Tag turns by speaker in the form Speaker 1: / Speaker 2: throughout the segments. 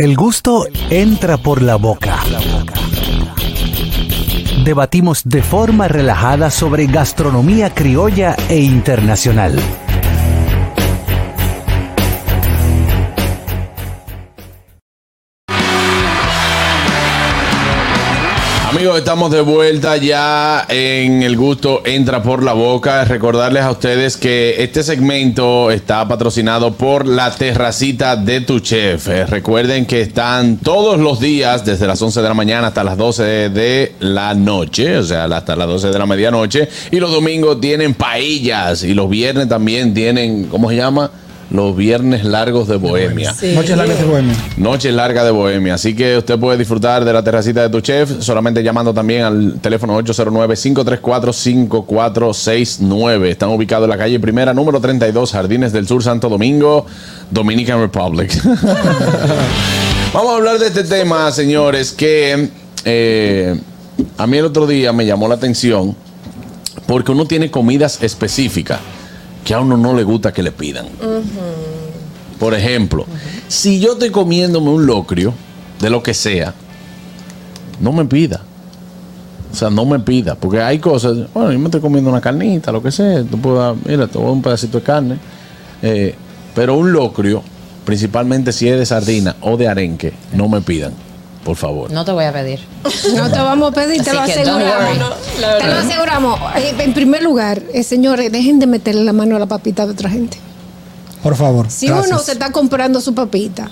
Speaker 1: El gusto entra por la boca. Debatimos de forma relajada sobre gastronomía criolla e internacional.
Speaker 2: Amigos, estamos de vuelta ya en El Gusto Entra por la Boca. Recordarles a ustedes que este segmento está patrocinado por la terracita de tu chef. Eh, recuerden que están todos los días, desde las 11 de la mañana hasta las 12 de la noche, o sea, hasta las 12 de la medianoche. Y los domingos tienen paellas y los viernes también tienen, ¿cómo se llama? Los viernes largos de Bohemia.
Speaker 3: Sí.
Speaker 4: Noches largas de bohemia.
Speaker 2: Noche larga de Bohemia. Así que usted puede disfrutar de la terracita de tu chef solamente llamando también al teléfono 809-534-5469. Están ubicados en la calle Primera, número 32, Jardines del Sur, Santo Domingo, Dominican Republic. Vamos a hablar de este tema, señores, que eh, a mí el otro día me llamó la atención porque uno tiene comidas específicas que a uno no le gusta que le pidan. Por ejemplo, si yo estoy comiéndome un locrio, de lo que sea, no me pida. O sea, no me pida, porque hay cosas, bueno, yo me estoy comiendo una carnita, lo que sea, tú puedes, dar, mira, te voy a dar un pedacito de carne, eh, pero un locrio, principalmente si es de sardina o de arenque, no me pidan, por favor.
Speaker 5: No te voy a pedir.
Speaker 3: No te vamos a pedir, te
Speaker 5: Así
Speaker 3: lo
Speaker 5: que don't
Speaker 3: aseguramos.
Speaker 5: worry.
Speaker 3: Te lo aseguramos. Eh, En primer lugar, eh, señores, dejen de meterle la mano a la papita de otra gente.
Speaker 4: Por favor.
Speaker 3: Si
Speaker 4: gracias.
Speaker 3: uno se está comprando su papita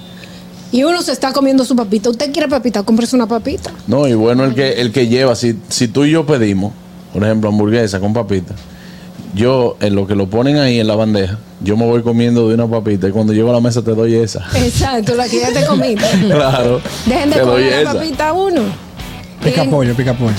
Speaker 3: y uno se está comiendo su papita, usted quiere papita, cómprese una papita.
Speaker 2: No, y bueno, el que, el que lleva, si, si tú y yo pedimos, por ejemplo, hamburguesa con papita, yo, en lo que lo ponen ahí en la bandeja, yo me voy comiendo de una papita y cuando llego a la mesa te doy esa.
Speaker 3: Exacto, la que ya te comiste.
Speaker 2: claro.
Speaker 3: Dejen de
Speaker 2: te doy
Speaker 3: comer la
Speaker 2: esa.
Speaker 3: papita a uno. Eh,
Speaker 4: Pica
Speaker 3: Bien.
Speaker 4: pollo, pica pollo.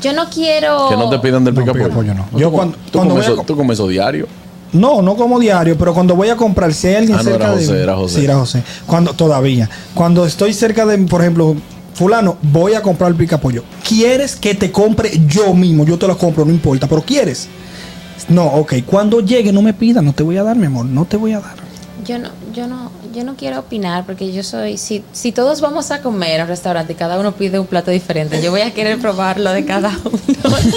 Speaker 5: Yo no quiero.
Speaker 2: Que no te pidan del
Speaker 4: No,
Speaker 2: pica pollo.
Speaker 4: picapollo no.
Speaker 2: ¿Tú
Speaker 4: Yo
Speaker 2: comes-
Speaker 4: cuando-
Speaker 2: tú,
Speaker 4: cuando
Speaker 2: comes
Speaker 4: voy a
Speaker 2: eso-
Speaker 4: co-
Speaker 2: tú comes eso diario.
Speaker 4: No, no como diario, pero cuando voy a comprar, si hay alguien
Speaker 2: Ah, no,
Speaker 4: cerca
Speaker 2: era José,
Speaker 4: de mí-
Speaker 2: era José.
Speaker 4: Sí, era José. Cuando, todavía. Cuando estoy cerca de, por ejemplo, fulano, voy a comprar el pica pollo. ¿Quieres que te compre yo mismo? Yo te lo compro, no importa, pero ¿quieres? No, ok. Cuando llegue, no me pidas, no te voy a dar, mi amor, no te voy a dar.
Speaker 5: Yo no, yo no, yo no quiero opinar porque yo soy. Si, si todos vamos a comer a un restaurante y cada uno pide un plato diferente, yo voy a querer probar lo de cada uno. yo siempre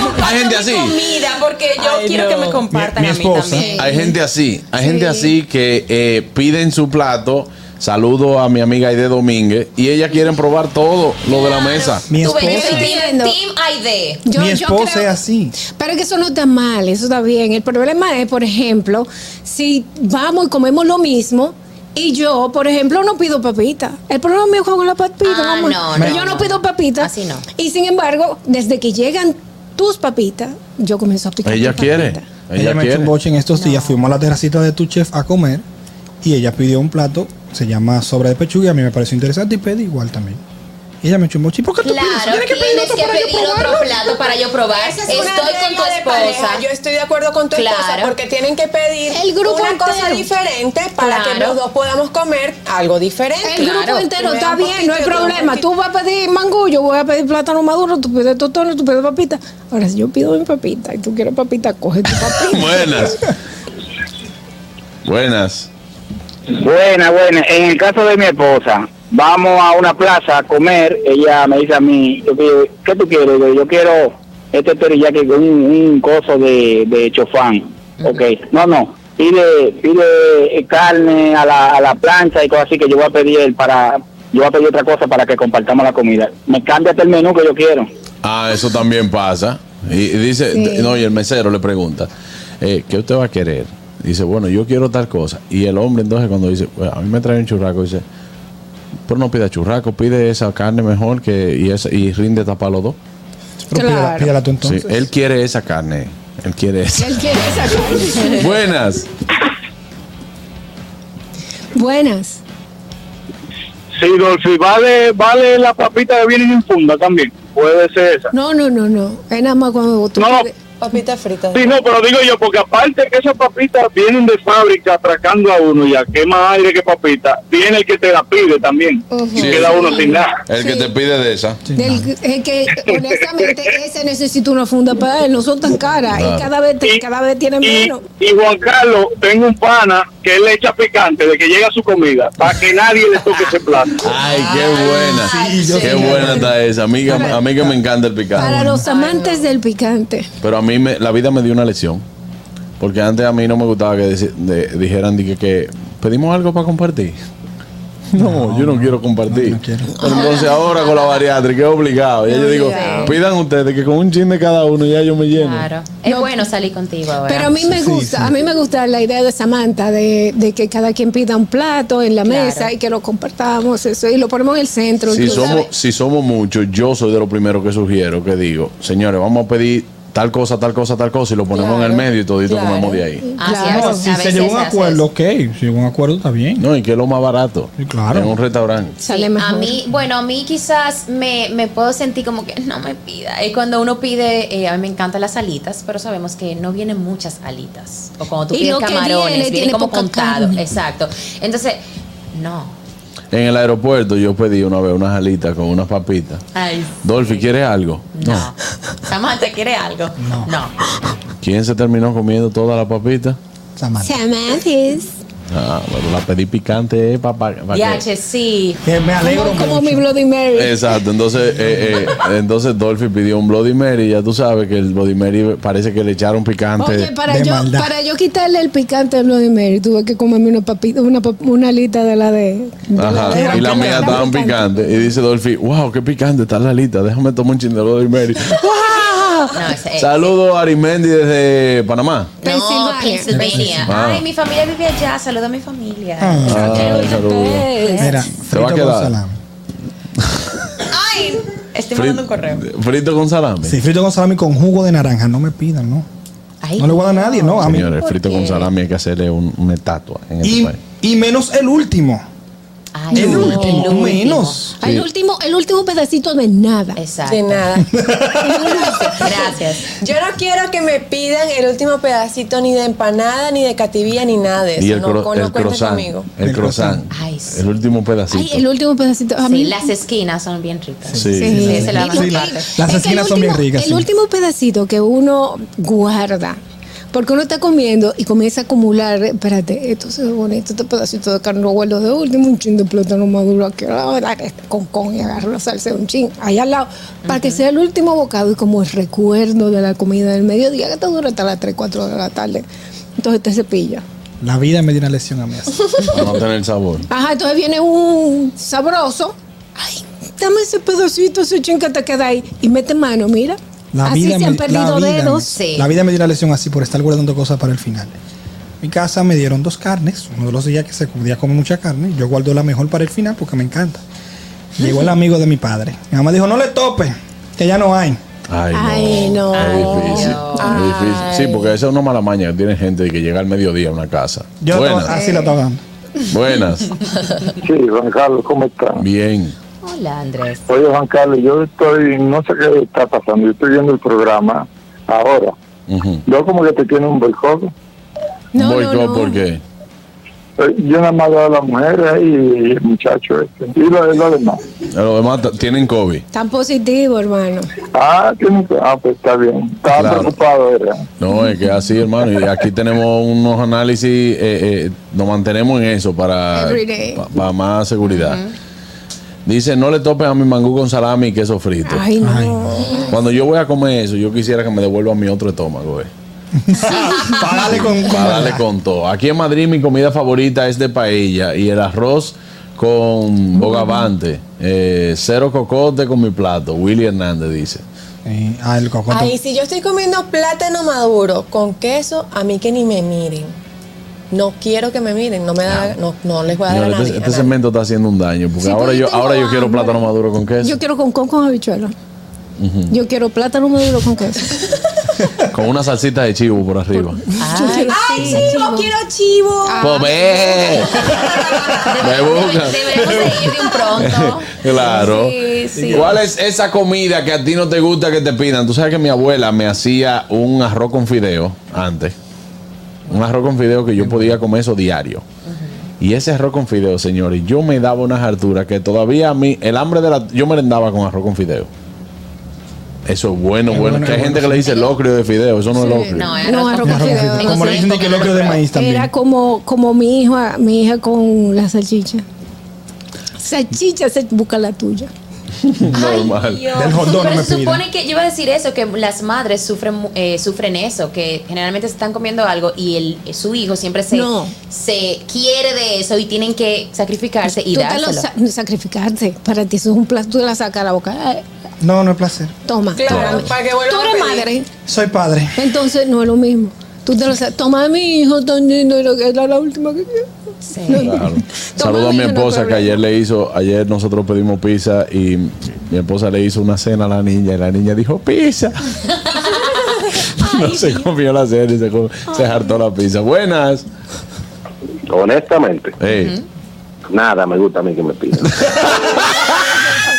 Speaker 5: comparto
Speaker 2: Hay gente
Speaker 5: mi
Speaker 2: así.
Speaker 5: comida porque yo
Speaker 6: Ay,
Speaker 5: quiero
Speaker 6: no.
Speaker 5: que me compartan
Speaker 4: Mi- mi
Speaker 5: a mí
Speaker 4: esposa.
Speaker 5: también.
Speaker 2: Hay gente así, hay gente así que eh, piden su plato. Saludo a mi amiga Aide Domínguez y ella quieren probar todo lo de la mesa.
Speaker 4: Mi
Speaker 5: Tú ves, yo
Speaker 4: esposa,
Speaker 5: soy team,
Speaker 3: Entiendo.
Speaker 5: team Aide.
Speaker 3: Yo-
Speaker 4: mi
Speaker 3: yo
Speaker 4: esposa
Speaker 3: creo-
Speaker 4: es así.
Speaker 3: Pero es que eso no está mal, eso está bien. El problema es, por ejemplo, si vamos y comemos lo mismo. Y yo, por ejemplo, no pido papita. El problema mío es con la papita.
Speaker 5: Ah,
Speaker 3: mamá.
Speaker 5: no, no,
Speaker 3: yo no,
Speaker 5: no.
Speaker 3: pido papita.
Speaker 5: Así no.
Speaker 3: Y sin embargo, desde que llegan tus papitas, yo comienzo a picar.
Speaker 2: Ella
Speaker 3: mi
Speaker 2: quiere.
Speaker 3: papita.
Speaker 2: Ella,
Speaker 4: Ella me echó
Speaker 2: quiere.
Speaker 4: un boche en estos días. Fuimos a la terracita de tu chef a comer y ella pidió un plato, se llama sobra de pechuga. A mí me pareció interesante y pedí igual también. Y ella me echó un boche. ¿Y por qué tú
Speaker 5: Claro,
Speaker 4: pides? Tienes que pedir
Speaker 5: tienes
Speaker 4: otro
Speaker 5: que
Speaker 4: para yo
Speaker 5: pedir otro
Speaker 4: probarlo.
Speaker 5: plato para yo probar.
Speaker 6: Esa es
Speaker 5: Estoy
Speaker 6: una
Speaker 5: con tu
Speaker 6: regla de
Speaker 5: esposa.
Speaker 6: pareja. Yo estoy de acuerdo con tu esposa
Speaker 5: Claro.
Speaker 6: porque tienen que pedir
Speaker 3: El grupo
Speaker 6: una cosa
Speaker 3: entero.
Speaker 6: diferente para que
Speaker 5: Claro.
Speaker 6: los dos podamos comer algo diferente.
Speaker 3: El grupo
Speaker 5: Eh, Claro.
Speaker 3: entero
Speaker 6: Me
Speaker 3: está
Speaker 6: da un
Speaker 3: bien, no hay
Speaker 6: poquito, me da un
Speaker 3: problema.
Speaker 6: poquito.
Speaker 3: Tú vas a pedir mango, yo voy a pedir plátano maduro, tú pides totones, tú pides papita. Ahora, si yo pido mi papita y tú quieres papita, coge tu papita.
Speaker 2: Buenas. Buenas.
Speaker 7: Buena, buena. En el caso de mi esposa, vamos a una plaza a comer. Ella me dice a mí, yo pido, ¿qué tú quieres? Yo, yo quiero este teriyaki con un, un coso de, de chofán. Ok, no, no. Pide, pide eh, carne a la, a la plancha y cosas así que yo voy a pedir para... Yo voy a pedir otra cosa para que compartamos la comida. Me cámbiate el menú que yo quiero.
Speaker 2: Ah, eso también pasa. Y, y dice,
Speaker 3: Sí.
Speaker 2: no, y el mesero le pregunta, eh, ¿qué usted va a querer? Dice, bueno, yo quiero tal cosa. Y el hombre entonces cuando dice, "Bueno, a mí me trae un churraco, dice, pero no pida churraco, pide esa carne mejor que y, esa, y rinde tapa los dos.
Speaker 4: Pero pídela,
Speaker 3: Claro.
Speaker 4: pídela tú
Speaker 2: Sí,
Speaker 4: entonces.
Speaker 2: él quiere esa carne, él quiere esa.
Speaker 3: Él quiere esa cosa.
Speaker 2: Buenas.
Speaker 3: Buenas.
Speaker 7: Sí, Dolphy, vale, vale la papita que viene en funda también. Puede ser esa.
Speaker 3: No, no, no, no. Es nada más cuando tú
Speaker 7: No,
Speaker 3: pides-
Speaker 6: Papitas fritas.
Speaker 8: Sí, no, pero digo yo, porque aparte que esas papitas vienen de fábrica atracando a uno y a qué más aire que papita, viene el que te la pide también. Y
Speaker 2: Sí.
Speaker 8: queda uno sin nada.
Speaker 2: El que
Speaker 3: Sí.
Speaker 2: te pide de esa.
Speaker 3: Del- eh, que honestamente ese necesita una funda para él, no son tan caras
Speaker 2: Claro.
Speaker 3: y cada vez te-
Speaker 8: Y-
Speaker 3: Este, cada vez tienen
Speaker 8: y,
Speaker 3: menos.
Speaker 8: y Juan Carlos, tengo un pana que él le echa picante de que llega su comida, para que nadie le toque ese plato.
Speaker 2: Ay, qué buena.
Speaker 4: Sí, yo
Speaker 2: qué
Speaker 4: sé.
Speaker 2: buena está esa. Amiga, a mí que me encanta el
Speaker 3: Para
Speaker 2: picante.
Speaker 3: los amantes del picante.
Speaker 2: Pero a mí me- la vida me dio una lección. Porque antes a mí no me gustaba que deci- de- dijeran di que, que pedimos algo para compartir. No, yo no quiero compartir.
Speaker 4: no quiero.
Speaker 2: Pero entonces ahora con la bariátrica es obligado. Ya yo digo, pidan ustedes que con un chin de cada uno ya yo me lleno.
Speaker 5: Claro. Es bueno salir contigo ahora.
Speaker 3: Pero a mí me
Speaker 4: Sí,
Speaker 3: gusta,
Speaker 4: sí.
Speaker 3: a mí me gusta la idea de Samantha de, de que cada quien pida un plato en la
Speaker 5: Claro.
Speaker 3: mesa y que lo compartamos eso y lo ponemos en el centro.
Speaker 2: Si
Speaker 3: incluso.
Speaker 2: somos, si somos muchos, yo soy de los primeros que sugiero que digo, señores, vamos a pedir tal cosa, tal cosa, tal cosa y lo ponemos en el medio y todito comemos de ahí.
Speaker 5: Ah, sí, a
Speaker 3: Claro.
Speaker 4: No,
Speaker 5: veces-
Speaker 4: si
Speaker 5: a
Speaker 4: se
Speaker 5: veces
Speaker 4: llegó a un
Speaker 5: hace
Speaker 4: acuerdo,
Speaker 5: eso.
Speaker 4: ok. Si llegó a un acuerdo, está bien.
Speaker 2: No, y que es lo más barato.
Speaker 4: Sí, claro.
Speaker 2: En un restaurante.
Speaker 5: Sí,
Speaker 3: Sale mejor.
Speaker 5: a mí, bueno, a mí quizás me, me puedo sentir como que no me pida. Es cuando uno pide, eh, a mí me encantan las alitas, pero sabemos que no vienen muchas alitas. O cuando tú
Speaker 3: Y
Speaker 5: pides
Speaker 3: lo que
Speaker 5: camarones,
Speaker 3: viene
Speaker 5: viene,
Speaker 3: tiene
Speaker 5: como
Speaker 3: poca
Speaker 5: contado.
Speaker 3: carne.
Speaker 5: Exacto. Entonces, no.
Speaker 2: En el aeropuerto yo pedí una vez unas alitas con unas papitas.
Speaker 5: Ay,
Speaker 2: Dolphy, ¿quieres algo?
Speaker 5: no. Samantha, ¿quiere algo? No.
Speaker 2: ¿Quién se terminó comiendo toda la papita?
Speaker 4: Samantha.
Speaker 3: Samantha's.
Speaker 2: Ah, pero la pedí picante, eh, papá.
Speaker 5: DH, sí.
Speaker 4: Que me alegro
Speaker 3: Como, como
Speaker 4: mucho.
Speaker 3: mi Bloody Mary.
Speaker 2: Exacto, entonces eh, eh, entonces Dolphy pidió un Bloody Mary, ya tú sabes que el Bloody Mary parece que le echaron picante.
Speaker 3: Oye, para
Speaker 4: de
Speaker 3: yo,
Speaker 4: maldad.
Speaker 3: para yo quitarle el picante al Bloody Mary, tuve que comerme una papita, una, pap- una alita de la de. de la de-
Speaker 2: Ajá, y la mía estaban picante. Y dice Dolphy, wow, qué picante está la lita. Déjame tomar un chin de Bloody Mary.
Speaker 5: Eh, No, es, es-
Speaker 2: Saludos a Arimendi desde Panamá.
Speaker 5: no,
Speaker 3: Pensilvania.
Speaker 5: Pennsylvania.
Speaker 2: Ah.
Speaker 5: Ay, mi familia vive allá. Saludo a mi familia. eh,
Speaker 2: Ay, saludos.
Speaker 4: Mira,
Speaker 2: va a
Speaker 4: frito
Speaker 2: quedar.
Speaker 4: con salami.
Speaker 5: Ay, estoy
Speaker 2: Fri-
Speaker 5: mandando un correo.
Speaker 2: Frito con salami.
Speaker 4: Sí, frito con salami con jugo de naranja. No me pidan, no.
Speaker 5: Ay,
Speaker 4: No le voy a dar a nadie, no. A mí.
Speaker 2: Señores,
Speaker 5: ¿Por
Speaker 2: frito con
Speaker 5: qué?
Speaker 2: salami hay que hacerle un- una estatua en este
Speaker 4: Y,
Speaker 2: país.
Speaker 4: y menos el último.
Speaker 5: Ay,
Speaker 4: el
Speaker 5: no,
Speaker 4: último.
Speaker 5: el último.
Speaker 4: Menos.
Speaker 3: Al último, el último pedacito de nada.
Speaker 5: Exacto.
Speaker 6: De nada.
Speaker 5: Gracias.
Speaker 6: Yo no quiero que me pidan el último pedacito ni de empanada, ni de cativía, ni nada de eso.
Speaker 2: Y el,
Speaker 6: no, este
Speaker 2: cro-
Speaker 6: no
Speaker 2: el
Speaker 6: cuenten
Speaker 2: croissant.
Speaker 6: conmigo.
Speaker 2: El
Speaker 4: El
Speaker 2: croissant.
Speaker 5: Ay, sí.
Speaker 2: El último pedacito.
Speaker 3: Ay, el último pedacito. A
Speaker 5: Sí,
Speaker 3: mí-
Speaker 5: las esquinas son bien ricas.
Speaker 2: Sí.
Speaker 3: Sí.
Speaker 5: sí, esa es la
Speaker 3: Y-
Speaker 5: mejor
Speaker 3: y-
Speaker 5: parte.
Speaker 3: es
Speaker 4: Las
Speaker 3: que el
Speaker 4: esquinas son
Speaker 3: último-
Speaker 4: bien ricas,
Speaker 3: El
Speaker 4: sí.
Speaker 3: último pedacito que uno guarda, porque uno está comiendo y comienza a acumular, eh, espérate, esto se ve bonito, este pedacito de carne lo guardo de último, un chin de plátano maduro aquí, ah, dar este con con y agarro la salsa de un chin ahí al lado, para que sea el último bocado y como el recuerdo de la comida del mediodía, que te dura hasta las 3, 4 de la tarde. Entonces este te cepilla.
Speaker 4: La vida me dio una lección a mí. así.
Speaker 2: Para no tener sabor.
Speaker 3: Ajá, entonces viene un sabroso. Ay, dame ese pedacito, ese chin que te queda ahí. Y mete mano, mira.
Speaker 4: La
Speaker 3: Así
Speaker 4: vida
Speaker 3: se han
Speaker 4: me- la
Speaker 3: perdido
Speaker 4: vida me-
Speaker 3: dedos.
Speaker 5: Sí.
Speaker 4: La vida me dio una lección así por estar guardando cosas para el final. En mi casa me dieron dos carnes. Uno de los días que se podía comer mucha carne. Yo guardo la mejor para el final porque me encanta. Llegó el amigo de mi padre. Mi mamá dijo, no le tope, que ya no hay.
Speaker 2: Ay,
Speaker 3: Ay,
Speaker 2: no.
Speaker 3: no.
Speaker 2: Es difícil. Es difícil. Sí, porque esa es una mala maña que tiene gente de que llega al mediodía a una casa.
Speaker 4: Yo la
Speaker 2: buenas.
Speaker 4: estaba- así la estaba dando.
Speaker 2: Buenas.
Speaker 7: Sí, Juan Carlos, ¿cómo estás?
Speaker 2: Bien.
Speaker 5: Hola, Andrés.
Speaker 7: Oye, Juan Carlos, yo estoy, no sé qué está pasando, yo estoy viendo el programa ahora.
Speaker 2: Ujú.
Speaker 7: Yo como que te tiene un boicot.
Speaker 3: No,
Speaker 2: Voy
Speaker 3: no,
Speaker 2: yo
Speaker 3: no.
Speaker 2: porque
Speaker 7: Eh, Yo nada más veo a las mujeres y el muchacho este. Y lo, lo demás.
Speaker 2: los demás t- tienen COVID.
Speaker 3: Tan positivo, hermano.
Speaker 7: Ah, tiene que- ah, pues está bien. Estaba
Speaker 2: Claro.
Speaker 7: preocupado, era.
Speaker 2: No, es que así, hermano. Y aquí tenemos unos análisis, eh, eh, nos mantenemos en eso para,
Speaker 3: Every day.
Speaker 2: pa- para más seguridad. Dice, no le topes a mi mangú con salami y queso frito.
Speaker 3: Ay, no.
Speaker 4: Ay, no.
Speaker 2: Cuando yo voy a comer eso, yo quisiera que me devuelvan mi otro estómago. eh.
Speaker 4: Párale con, con
Speaker 2: Para darle
Speaker 4: verdad.
Speaker 2: con todo. Aquí en Madrid mi comida favorita es de paella y el arroz con bogavante. Eh, cero cocote con mi plato. Willy Hernández dice.
Speaker 4: Sí, ah, el cocote.
Speaker 6: Ay, si yo estoy comiendo plátano maduro con queso, a mí que ni me miren. No quiero que me miren, no me da, no, no les voy a dar
Speaker 2: Señores,
Speaker 6: a nadie.
Speaker 2: este, este
Speaker 6: a nadie.
Speaker 2: segmento está haciendo un daño porque
Speaker 3: Sí,
Speaker 2: ahora
Speaker 3: porque
Speaker 2: yo
Speaker 3: tengo
Speaker 2: ahora yo quiero
Speaker 3: hambre.
Speaker 2: plátano maduro con queso.
Speaker 3: Yo quiero con con con habichuela. Yo quiero plátano maduro con queso.
Speaker 2: Con una salsita de chivo por arriba.
Speaker 5: Ay,
Speaker 6: ¡Ay,
Speaker 5: sí.
Speaker 6: chivo! ¡Quiero chivo!
Speaker 3: Ah,
Speaker 5: Ah,
Speaker 2: Pues ve. Me buscan.
Speaker 5: Deberemos seguir de un pronto.
Speaker 2: Claro.
Speaker 5: Sí, sí.
Speaker 2: ¿Cuál es esa comida que a ti no te gusta que te pidan? Tú sabes que mi abuela me hacía un arroz con fideo antes. Un arroz con fideo que yo podía comer eso diario. Y ese arroz con fideo, señores, yo me daba unas harturas que todavía a mí, el hambre de la. Yo merendaba con arroz con fideo. Eso es bueno, bueno.
Speaker 4: bueno,
Speaker 2: Que hay
Speaker 4: es
Speaker 2: gente que
Speaker 4: bueno,
Speaker 2: le dice locrio de fideo, eso no es
Speaker 3: Sí,
Speaker 2: locrio.
Speaker 5: No, es
Speaker 3: No,
Speaker 5: arroz
Speaker 3: arroz
Speaker 5: con
Speaker 3: con
Speaker 5: fideo.
Speaker 3: fideo.
Speaker 5: Eso
Speaker 4: Como le
Speaker 5: sí,
Speaker 4: dicen de que locrio de maíz también.
Speaker 3: Era como, como mi hija, mi hija con la salchicha. Salchicha, se busca la tuya.
Speaker 2: Normal.
Speaker 5: Ay, Dios.
Speaker 4: Del hot dog
Speaker 5: Pero
Speaker 4: no me
Speaker 5: se
Speaker 4: piden.
Speaker 5: supone que yo iba a decir eso, que las madres sufren mu- eh, sufren eso, que generalmente están comiendo algo y el su hijo siempre se,
Speaker 3: No.
Speaker 5: se quiere de eso y tienen que sacrificarse y
Speaker 3: Tú te lo
Speaker 5: dárselo.
Speaker 3: sa- sacrificaste. Para ti eso es un plato, tú la sacas a la boca. Ay,
Speaker 4: No, no es placer.
Speaker 3: Toma.
Speaker 6: Claro,
Speaker 3: toma.
Speaker 6: para que
Speaker 3: Tú
Speaker 6: vuelva a
Speaker 3: eres
Speaker 6: pedir.
Speaker 3: madre,
Speaker 4: Soy padre.
Speaker 3: entonces no es lo mismo. Tú te lo sacas. Toma a mi hijo, tan lindo, y lo que era la última que
Speaker 5: Sí.
Speaker 2: Claro.
Speaker 3: Toma
Speaker 2: Saludo a mi
Speaker 3: vino, no
Speaker 2: esposa que
Speaker 3: problema.
Speaker 2: ayer le hizo, ayer nosotros pedimos pizza y mi esposa le hizo una cena a la niña y la niña dijo pizza. no se comió la cena y se, com- se hartó la pizza. Buenas.
Speaker 8: Honestamente,
Speaker 2: Ey.
Speaker 8: nada me gusta a mí que me pidan.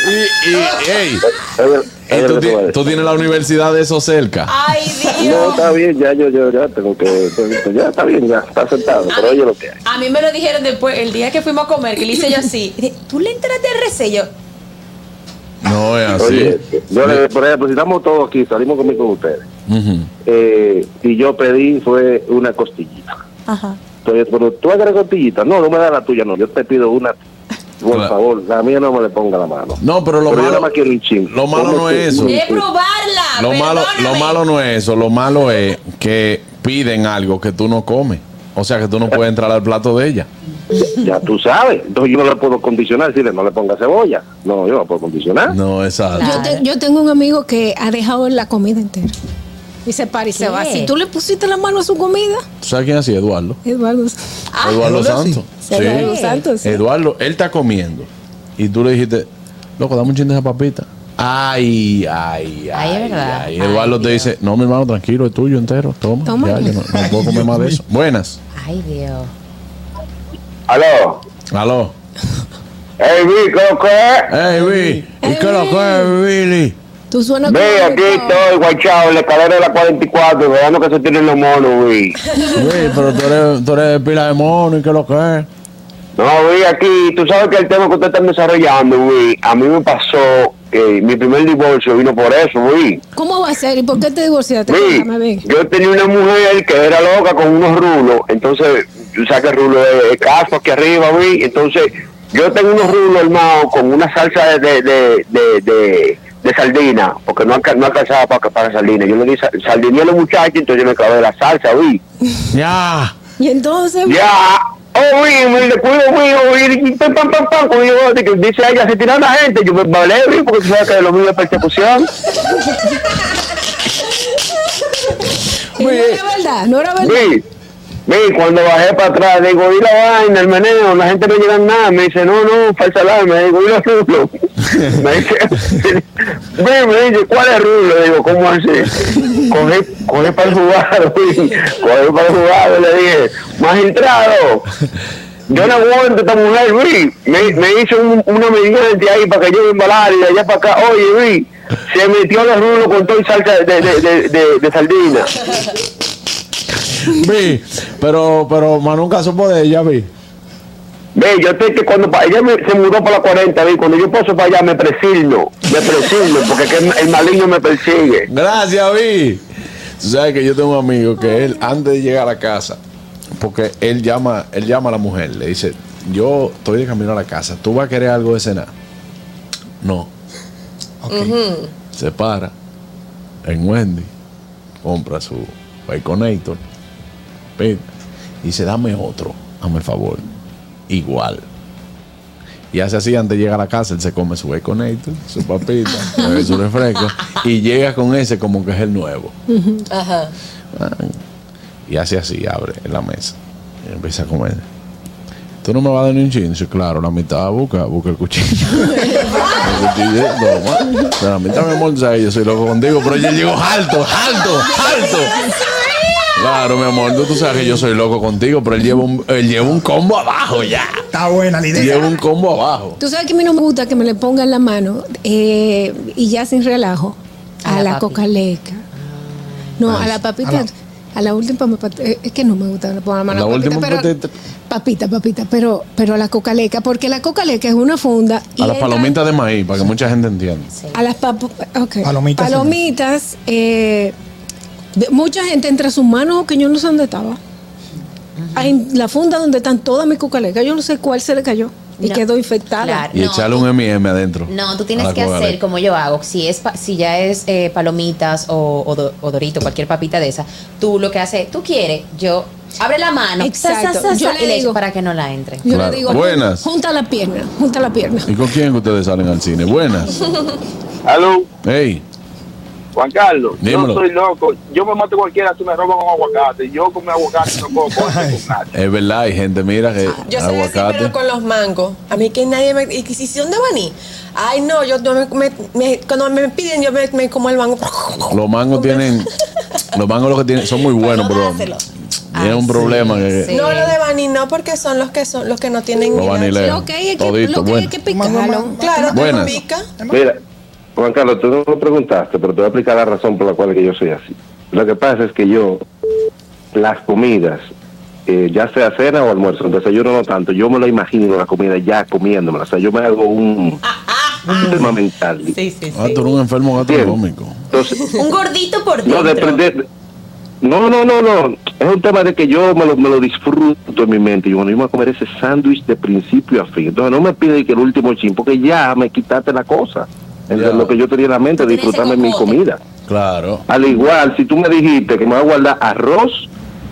Speaker 2: Y, y, ey,
Speaker 8: Es ver- es
Speaker 2: y tú,
Speaker 8: verdad que
Speaker 2: ti-
Speaker 8: voy a decir.
Speaker 2: tú tienes la universidad de eso cerca.
Speaker 5: Ay,
Speaker 8: No,
Speaker 5: Dios.
Speaker 8: está bien, ya, yo, yo, ya tengo que. tengo- Ya está bien, ya, está sentado, pero oye lo que hay.
Speaker 5: A mí me lo dijeron después, el día que fuimos a comer, que le hice yo así. ¿Tú le entraste al resello?
Speaker 2: No es así.
Speaker 8: Oye, yo le, por ejemplo, si estamos todos aquí, salimos conmigo con ustedes.
Speaker 2: Ujú.
Speaker 8: eh, y yo pedí fue una costillita.
Speaker 5: Ajá.
Speaker 8: Entonces, pero tú agregas costillita. No, no me da la tuya, no. Yo te pido una. Por
Speaker 2: Claro.
Speaker 8: favor, la mía no me le ponga la mano.
Speaker 2: No, pero lo
Speaker 8: Pero yo
Speaker 2: malo-
Speaker 8: nada más quiero un chin.
Speaker 2: lo malo no
Speaker 8: Cómete
Speaker 2: es eso.
Speaker 8: un
Speaker 5: De
Speaker 8: chin.
Speaker 5: probarla.
Speaker 2: Lo malo, lo
Speaker 5: Ah, perdóname.
Speaker 2: malo no es eso, lo malo es que piden algo que tú no comes. O sea que tú no puedes entrar al plato de ella.
Speaker 8: Ya tú sabes. Entonces yo no le puedo condicionar, decirle, no le ponga cebolla. No, yo no puedo condicionar.
Speaker 2: No, exacto.
Speaker 3: Yo, te- yo tengo un amigo que ha dejado la comida entera. Y se para y se
Speaker 5: ¿Qué?
Speaker 3: va. Si tú le pusiste la mano a su comida,
Speaker 2: ¿Tú sabes quién así? Eduardo.
Speaker 3: Eduardo.
Speaker 2: Eduardo
Speaker 4: Eduardo sí.
Speaker 2: Santos.
Speaker 3: Eduardo Santos, sí.
Speaker 2: Eduardo, él está comiendo. Y tú le dijiste, loco, dame un chin de esa papita. Ay, ay, ay.
Speaker 5: Ay, es verdad.
Speaker 2: ay. Eduardo
Speaker 5: Ay,
Speaker 2: te
Speaker 5: Dios.
Speaker 2: dice, no, mi hermano, tranquilo, es tuyo entero. Toma.
Speaker 3: Toma.
Speaker 2: ya, yo no, no puedo comer más de eso. Buenas.
Speaker 5: Ay, Dios.
Speaker 7: Aló.
Speaker 2: Aló.
Speaker 7: Hey, vi, ¿cómo que?
Speaker 2: Hey, Bill. ¿Y qué lo que es, Billy?
Speaker 3: Tú suenas
Speaker 7: Vi,
Speaker 3: como-
Speaker 7: aquí estoy, guachao, en la escalera de la 44, esperando que se tiren los monos, vi.
Speaker 2: Bill, pero tú eres, tú eres pila de mono. ¿Y qué lo que es?
Speaker 7: No, vi, aquí, tú sabes que el tema que ustedes están desarrollando, vi, a mí me pasó que mi primer divorcio vino por eso, vi.
Speaker 3: ¿Cómo va a ser? ¿Y por qué te divorciaste?
Speaker 7: Sí,
Speaker 3: Déjame ver.
Speaker 7: yo tenía una mujer que era loca con unos rulos, entonces, tú sabes que el rulo es escaso aquí arriba, vi, entonces, yo tengo unos rulos armados con una salsa de, de, de, de, de- de sardina, porque no, alca- no alcanzaba para, para sardina, yo le di sa- sardina a los muchachos, entonces yo me acabé la salsa, vi.
Speaker 2: Ya.
Speaker 3: Y entonces,
Speaker 7: Ya, oh, vi, me le cuido, vi, vi, pam, pam, pam, pam, cuido, de que dice ella, se tiran la gente, yo me vale, vi, porque tú sabes que lo mío es persecución.
Speaker 3: y no era verdad, no era verdad.
Speaker 7: Vi, vi, cuando bajé para atrás, digo, y la vaina, el meneo, la gente no llega a nada. Me dice, no, no, falsa alarma. Digo, y los rulos. me dice, vi, me dice, ¿cuál es rulo? Digo, ¿cómo así? Cogí, cogí para el jugador, vi, cogí para el jugador, le dije, magistrado. Yo no aguanto esta mujer, vi. Me, me hizo un- una mediante ahí para que yo me embalara y de allá para acá. Oye, vi, se metió los rulos con todo y salsa de, de, de, de, de sardina.
Speaker 2: Vi, pero, pero más nunca supo de ella, vi.
Speaker 7: Ve, yo sé que cuando pa- ella me- se mudó para la 40, ve, cuando yo paso para allá me presigno, me presigno, porque es que el, el maligno me persigue.
Speaker 2: Gracias, Vi. Tú sabes que yo tengo un amigo que él, antes de llegar a casa, porque él llama, él llama a la mujer, le dice, yo estoy de camino a la casa, ¿tú vas a querer algo de cenar? No.
Speaker 4: Ok.
Speaker 2: Se para en Wendy, compra su Baconator, pide, y dice, dame otro, hazme el favor. Igual. Y hace así, antes de llegar a la casa, él se come su Baconator, su papita, bebe su refresco, y llega con ese como que es el nuevo.
Speaker 6: Ajá.
Speaker 2: Y hace así, abre en la mesa. Y empieza a comer. Tú no me vas a dar ni un chincho, claro, la mitad "Ah, busca, busca el cuchillo. el cuchillo, toma. O sea, la mitad me molza y yo soy loco contigo, pero yo llego alto, alto, alto. Claro, mi amor, tú, tú sabes que yo soy loco contigo, pero él lleva un, él lleva un combo abajo ya.
Speaker 4: Está buena la idea.
Speaker 2: Lleva un combo abajo.
Speaker 3: Tú sabes que a mí no me gusta que me le pongan la mano eh, y ya sin relajo
Speaker 5: A
Speaker 3: a,
Speaker 5: la
Speaker 3: la,
Speaker 5: papi.
Speaker 3: cocaleca. No,
Speaker 2: Ah,
Speaker 3: a la papita.
Speaker 4: a
Speaker 3: A
Speaker 4: la-
Speaker 3: la, última me pat- eh, es que no me gusta que le pongan la mano
Speaker 2: La
Speaker 3: a la papita,
Speaker 2: última
Speaker 3: pero,
Speaker 2: patita.
Speaker 3: papita, papita, pero pero a la cocaleca, porque la cocaleca es una funda y
Speaker 2: A las
Speaker 3: entra-
Speaker 2: palomitas de maíz, para que mucha gente entienda.
Speaker 3: a las papu- ok.
Speaker 4: Palomitas,
Speaker 3: Palomitas, eh, de- mucha gente entre sus manos que yo no sé dónde estaba. Hay la funda donde están todas mis cucalecas, yo no sé cuál se le cayó y
Speaker 5: No.
Speaker 3: quedó infectada.
Speaker 5: Claro.
Speaker 2: Y
Speaker 5: No,
Speaker 2: echarle
Speaker 5: tú-
Speaker 2: un M&M adentro.
Speaker 5: No, tú
Speaker 2: A
Speaker 5: tienes
Speaker 2: la
Speaker 5: que
Speaker 2: coca,
Speaker 5: hacer como yo hago. Si es pa- si ya es eh, palomitas o, o do- o dorito, cualquier papita de esa, tú lo que haces, tú quieres, yo abre la mano,
Speaker 3: Exacto. Yo le
Speaker 5: y le
Speaker 3: digo-
Speaker 5: echo para que no la entre.
Speaker 3: Yo
Speaker 2: Claro.
Speaker 3: le digo,
Speaker 2: Buenas.
Speaker 3: "Jun- junta la pierna, junta la pierna.
Speaker 2: ¿Y con quién que ustedes salen al cine? Buenas.
Speaker 9: Aló,
Speaker 2: Hey,
Speaker 9: Juan Carlos,
Speaker 2: Dímelo.
Speaker 9: yo soy loco. Yo me mato cualquiera si me roban un aguacate. Yo con mi aguacate no puedo comer con nada.
Speaker 2: es verdad, hay gente, mira, que
Speaker 6: Yo soy así,
Speaker 2: Eh, aguacate.
Speaker 6: pero con los mangos. A mí que nadie me. ¿Y si- si son de maní? Ay, no, yo no me, me- me- cuando me piden, yo me, me como el mango.
Speaker 2: Los mangos tienen, los mangos lo que tienen, son muy buenos,
Speaker 6: Para no
Speaker 2: pero
Speaker 6: dárselo.
Speaker 2: tienen
Speaker 5: Ah,
Speaker 2: un
Speaker 5: sí,
Speaker 2: problema. que-
Speaker 5: sí.
Speaker 6: No, los de maní no, porque son los que son los que no tienen.
Speaker 2: Los
Speaker 6: ni la-
Speaker 2: vanilés.
Speaker 3: Lo que hay es que,
Speaker 2: Todito,
Speaker 3: lo que, hay
Speaker 2: bueno.
Speaker 3: es que picarlo.
Speaker 6: Claro, tú
Speaker 2: Buenas.
Speaker 6: no pica.
Speaker 7: Mira, Juan Carlos, tú no lo preguntaste, pero te voy a explicar la razón por la cual que yo soy así. Lo que pasa es que yo, las comidas, eh, ya sea cena o almuerzo, en desayuno no tanto, yo me lo imagino la comida ya comiéndomela. O sea, yo me hago un un tema mental.
Speaker 2: Ah, tú eres un enfermo
Speaker 7: ¿entiendes?
Speaker 2: gastronómico.
Speaker 7: Entonces,
Speaker 5: Un gordito por
Speaker 7: no,
Speaker 5: dentro.
Speaker 7: depende. No, no, no, no. Es un tema de que yo me lo, me lo disfruto en mi mente. Yo, bueno, yo me voy a comer ese sándwich de principio a fin. Entonces no me pide que el último chin, porque ya me quitaste la cosa. Entonces,
Speaker 2: Ya.
Speaker 7: lo que yo tenía en la mente,
Speaker 5: Tú tienes
Speaker 7: disfrutarme
Speaker 5: ese
Speaker 7: mi
Speaker 5: cocote.
Speaker 7: comida.
Speaker 2: Claro.
Speaker 7: Al igual, si tú me dijiste que me va a guardar arroz,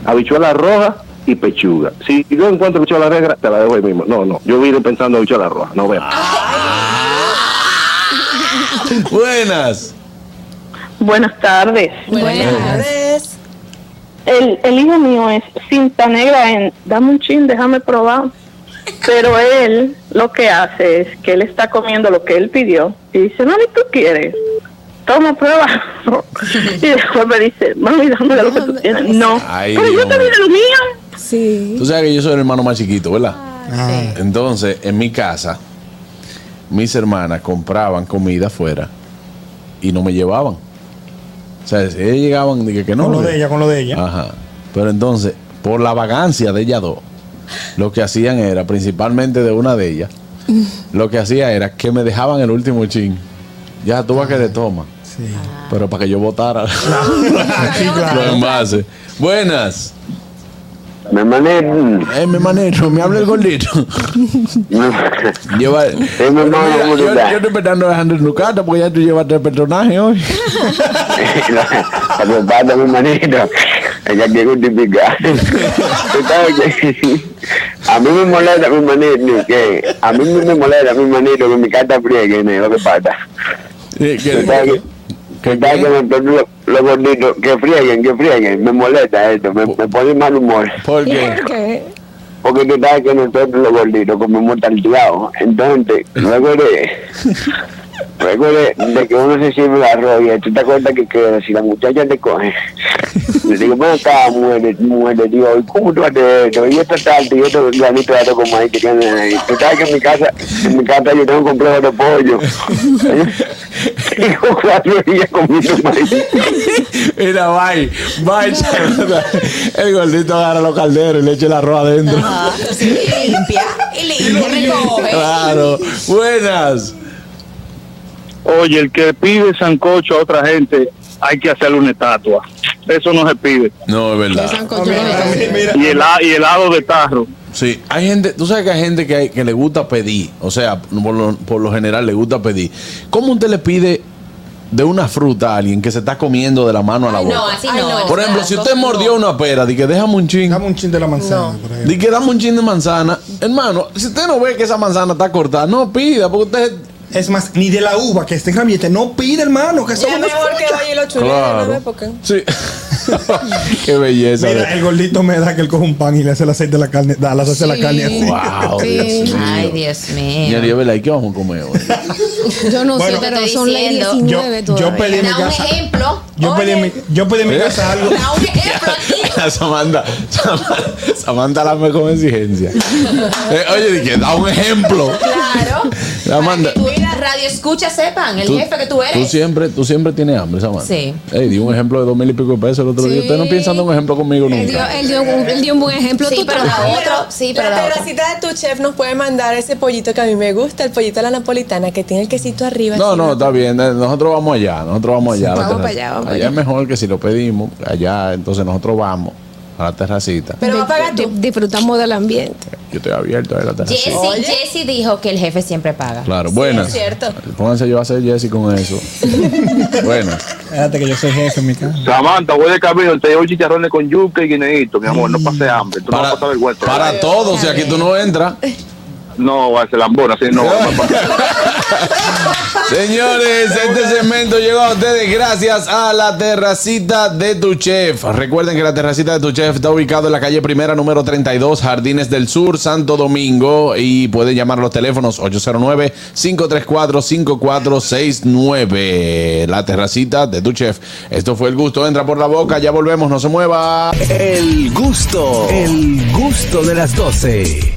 Speaker 7: habichuela roja y pechuga. Si yo encuentro habichuela negra, te la dejo ahí mismo. No, no, yo vine pensando habichuela roja, no veo.
Speaker 2: Buenas.
Speaker 10: Buenas tardes.
Speaker 3: Buenas.
Speaker 6: Entonces,
Speaker 10: El, el hijo mío es cinta negra en dame un chin, déjame probar. Pero él lo que hace es que él está comiendo lo que él pidió y dice, mami, ¿tú quieres? Toma, prueba. y después me dice, mami, dame lo que tú quieres. No,
Speaker 2: Ay,
Speaker 10: pero
Speaker 2: Dios
Speaker 10: yo te di
Speaker 2: mío.
Speaker 10: lo mío.
Speaker 3: Sí.
Speaker 2: Tú sabes que yo soy el hermano más chiquito, ¿verdad?
Speaker 4: Ah,
Speaker 2: Entonces, en mi casa, mis hermanas compraban comida afuera y no me llevaban. O sea, ellas llegaban y que no.
Speaker 4: con lo
Speaker 2: que-
Speaker 4: de ella, con lo de ella.
Speaker 2: Ajá. Pero entonces, por la vagancia de ellas dos, lo que hacían era, principalmente de una de ellas, lo que hacía era que me dejaban el último chin. Ya tú vas que te toma.
Speaker 4: Sí.
Speaker 2: Pero para que yo votara
Speaker 4: Sí, claro.
Speaker 2: los envases. Buenas.
Speaker 7: Me mané.
Speaker 2: Eh, mi manito, me habla el gordito. Lleva.
Speaker 7: mi
Speaker 2: Pero
Speaker 7: hermano,
Speaker 2: mira,
Speaker 7: ¿cómo tú
Speaker 2: yo,
Speaker 7: estás?
Speaker 2: yo estoy esperando a Alejandro en tu casa porque ya tú llevaste el personaje hoy.
Speaker 7: a tu padre, mi manito. Ella quiere justificar. Tú sabes que a mí me molesta mi manito, que a mí me molesta mi manito que mi carta friegue, ¿no? lo que pasa.
Speaker 2: Eh,
Speaker 7: Tú sabes
Speaker 2: que-
Speaker 7: que- tú sabes que me- los gorditos, que frieguen, que frieguen, me molesta esto, me, me pone mal humor.
Speaker 2: ¿Por
Speaker 3: ¿Y
Speaker 2: qué?
Speaker 3: por qué?
Speaker 7: Porque tú sabes que nosotros los gorditos comemos tarteado. Entonces, luego de, luego de, de que uno se sirve el arroz y tú te acuerdas que queda, si la muchacha te coge, le digo, ven acá, mujer, mujer de Dios, ¿y ¿cómo tú haces esto? Y esta tarde, y esto granito de arroz como ahí que tienen ahí. Tú sabes que en mi casa, en mi casa yo tengo un complejo de pollo. Tengo cuatro días comiendo maíz.
Speaker 2: Mira, bye. Bye, chaval. El gordito agarra los calderos y le echa el arroz adentro.
Speaker 5: Ah, sí, y limpia y limpia, recoge.
Speaker 2: Claro. Buenas.
Speaker 9: Oye, el que pide sancocho a otra gente, hay que hacerle una estatua. Eso no se pide.
Speaker 2: No, es verdad.
Speaker 3: Sancocho, ¿verdad?
Speaker 4: Mira,
Speaker 9: Y, hela- y helado de tarro.
Speaker 2: Sí, hay gente, tú sabes que hay gente que, hay- que le gusta pedir, o sea, por lo, por lo general le gusta pedir. ¿Cómo usted le pide de una fruta a alguien que se está comiendo de la mano a la
Speaker 5: Ay,
Speaker 2: boca?
Speaker 5: no, así
Speaker 6: Ay,
Speaker 5: no.
Speaker 6: no.
Speaker 2: por ejemplo, si usted mordió una pera, di que déjame un chin,
Speaker 4: dame un chin de la manzana.
Speaker 6: No.
Speaker 4: por ejemplo.
Speaker 2: di que dame un chin de manzana, hermano, si usted no ve que esa manzana está cortada, no pida, porque usted
Speaker 4: Es más, ni de la uva que esté en ramillete. No pide, hermano, que eso
Speaker 6: Ya
Speaker 4: no se
Speaker 6: mejor que
Speaker 4: escucha.
Speaker 6: vaya y lo chulea de una
Speaker 2: Claro.
Speaker 6: vez, porque
Speaker 2: Sí. Qué belleza.
Speaker 4: Mira, el gordito me da que él coge un pan y le hace el aceite de la carne, da, le hace la
Speaker 3: Sí.
Speaker 4: carne así.
Speaker 2: Wow, Dios mío.
Speaker 5: Ay, Dios mío.
Speaker 2: Señor, yo, ¿verdad? ¿Y qué vamos a comer hoy?
Speaker 3: Yo no
Speaker 4: Bueno,
Speaker 3: sé, pero
Speaker 5: estoy
Speaker 3: son las
Speaker 5: diciendo.
Speaker 3: 19
Speaker 4: Yo- yo
Speaker 3: todavía.
Speaker 4: pedí en mi
Speaker 5: Da un
Speaker 4: casa.
Speaker 5: ejemplo.
Speaker 4: Yo pedí, en mi,
Speaker 5: Oye,
Speaker 4: yo pedí en mi
Speaker 2: ¿Eh?
Speaker 4: casa algo.
Speaker 5: Da un ejemplo aquí.
Speaker 2: Samantha, Samantha, Samantha la me con exigencia. Eh, oye, dije, da un ejemplo.
Speaker 5: Claro.
Speaker 2: Samantha,
Speaker 5: Para que tu vida radio escucha sepan el
Speaker 2: tú,
Speaker 5: jefe que tú eres.
Speaker 2: tú siempre, tú siempre tienes hambre, Samantha.
Speaker 5: Sí.
Speaker 2: Ey, di un ejemplo de dos mil y pico de pesos el otro día.
Speaker 3: Sí.
Speaker 2: Ustedes no piensan en un ejemplo conmigo
Speaker 3: Él dio,
Speaker 2: nunca.
Speaker 3: él dio un- él dio un buen ejemplo.
Speaker 5: Sí,
Speaker 3: Tú
Speaker 5: pero la
Speaker 3: también.
Speaker 5: otra, sí, pero
Speaker 6: la
Speaker 5: la otra.
Speaker 6: terracita de tu chef nos puede mandar ese pollito que a mí me gusta, el pollito a la napolitana, que tiene el quesito arriba.
Speaker 2: No,
Speaker 6: así,
Speaker 2: no, está bien. eh, Nosotros vamos allá. Nosotros vamos allá. a la
Speaker 3: vamos
Speaker 2: terraza.
Speaker 3: para allá, vamos para
Speaker 2: allá es mejor que si lo pedimos. Allá, entonces nosotros vamos a la terracita.
Speaker 6: Pero va a
Speaker 3: Di-
Speaker 6: pagar
Speaker 3: di-
Speaker 6: tú.
Speaker 3: Disfrutamos del ambiente.
Speaker 2: Yo estoy abierto a la terracita.
Speaker 5: Jesse,
Speaker 6: Oye.
Speaker 5: Jesse dijo que el jefe siempre paga.
Speaker 2: Claro, buenas.
Speaker 6: es cierto.
Speaker 2: Pónganse yo a hacer Jesse con eso. buenas.
Speaker 4: Espérate que yo soy jefe en mi casa.
Speaker 8: Samantha, voy de camino, te llevo chicharrones con yuca y guineíto, mi amor, no pase hambre, tú no vas a pasar vergüenza.
Speaker 2: para todos, si aquí tú no entras.
Speaker 8: No, va a ser lambona, así no.
Speaker 2: Señores, este segmento llegó a ustedes gracias a la terracita de tu chef. Recuerden que la terracita de tu chef está ubicado en la calle primera, número 32, Jardines del Sur, Santo Domingo. Y pueden llamar a los teléfonos 809-534-5469. La terracita de tu chef. Esto fue el gusto. Entra por la boca, ya volvemos, no se mueva.
Speaker 1: El gusto, el gusto de las 12.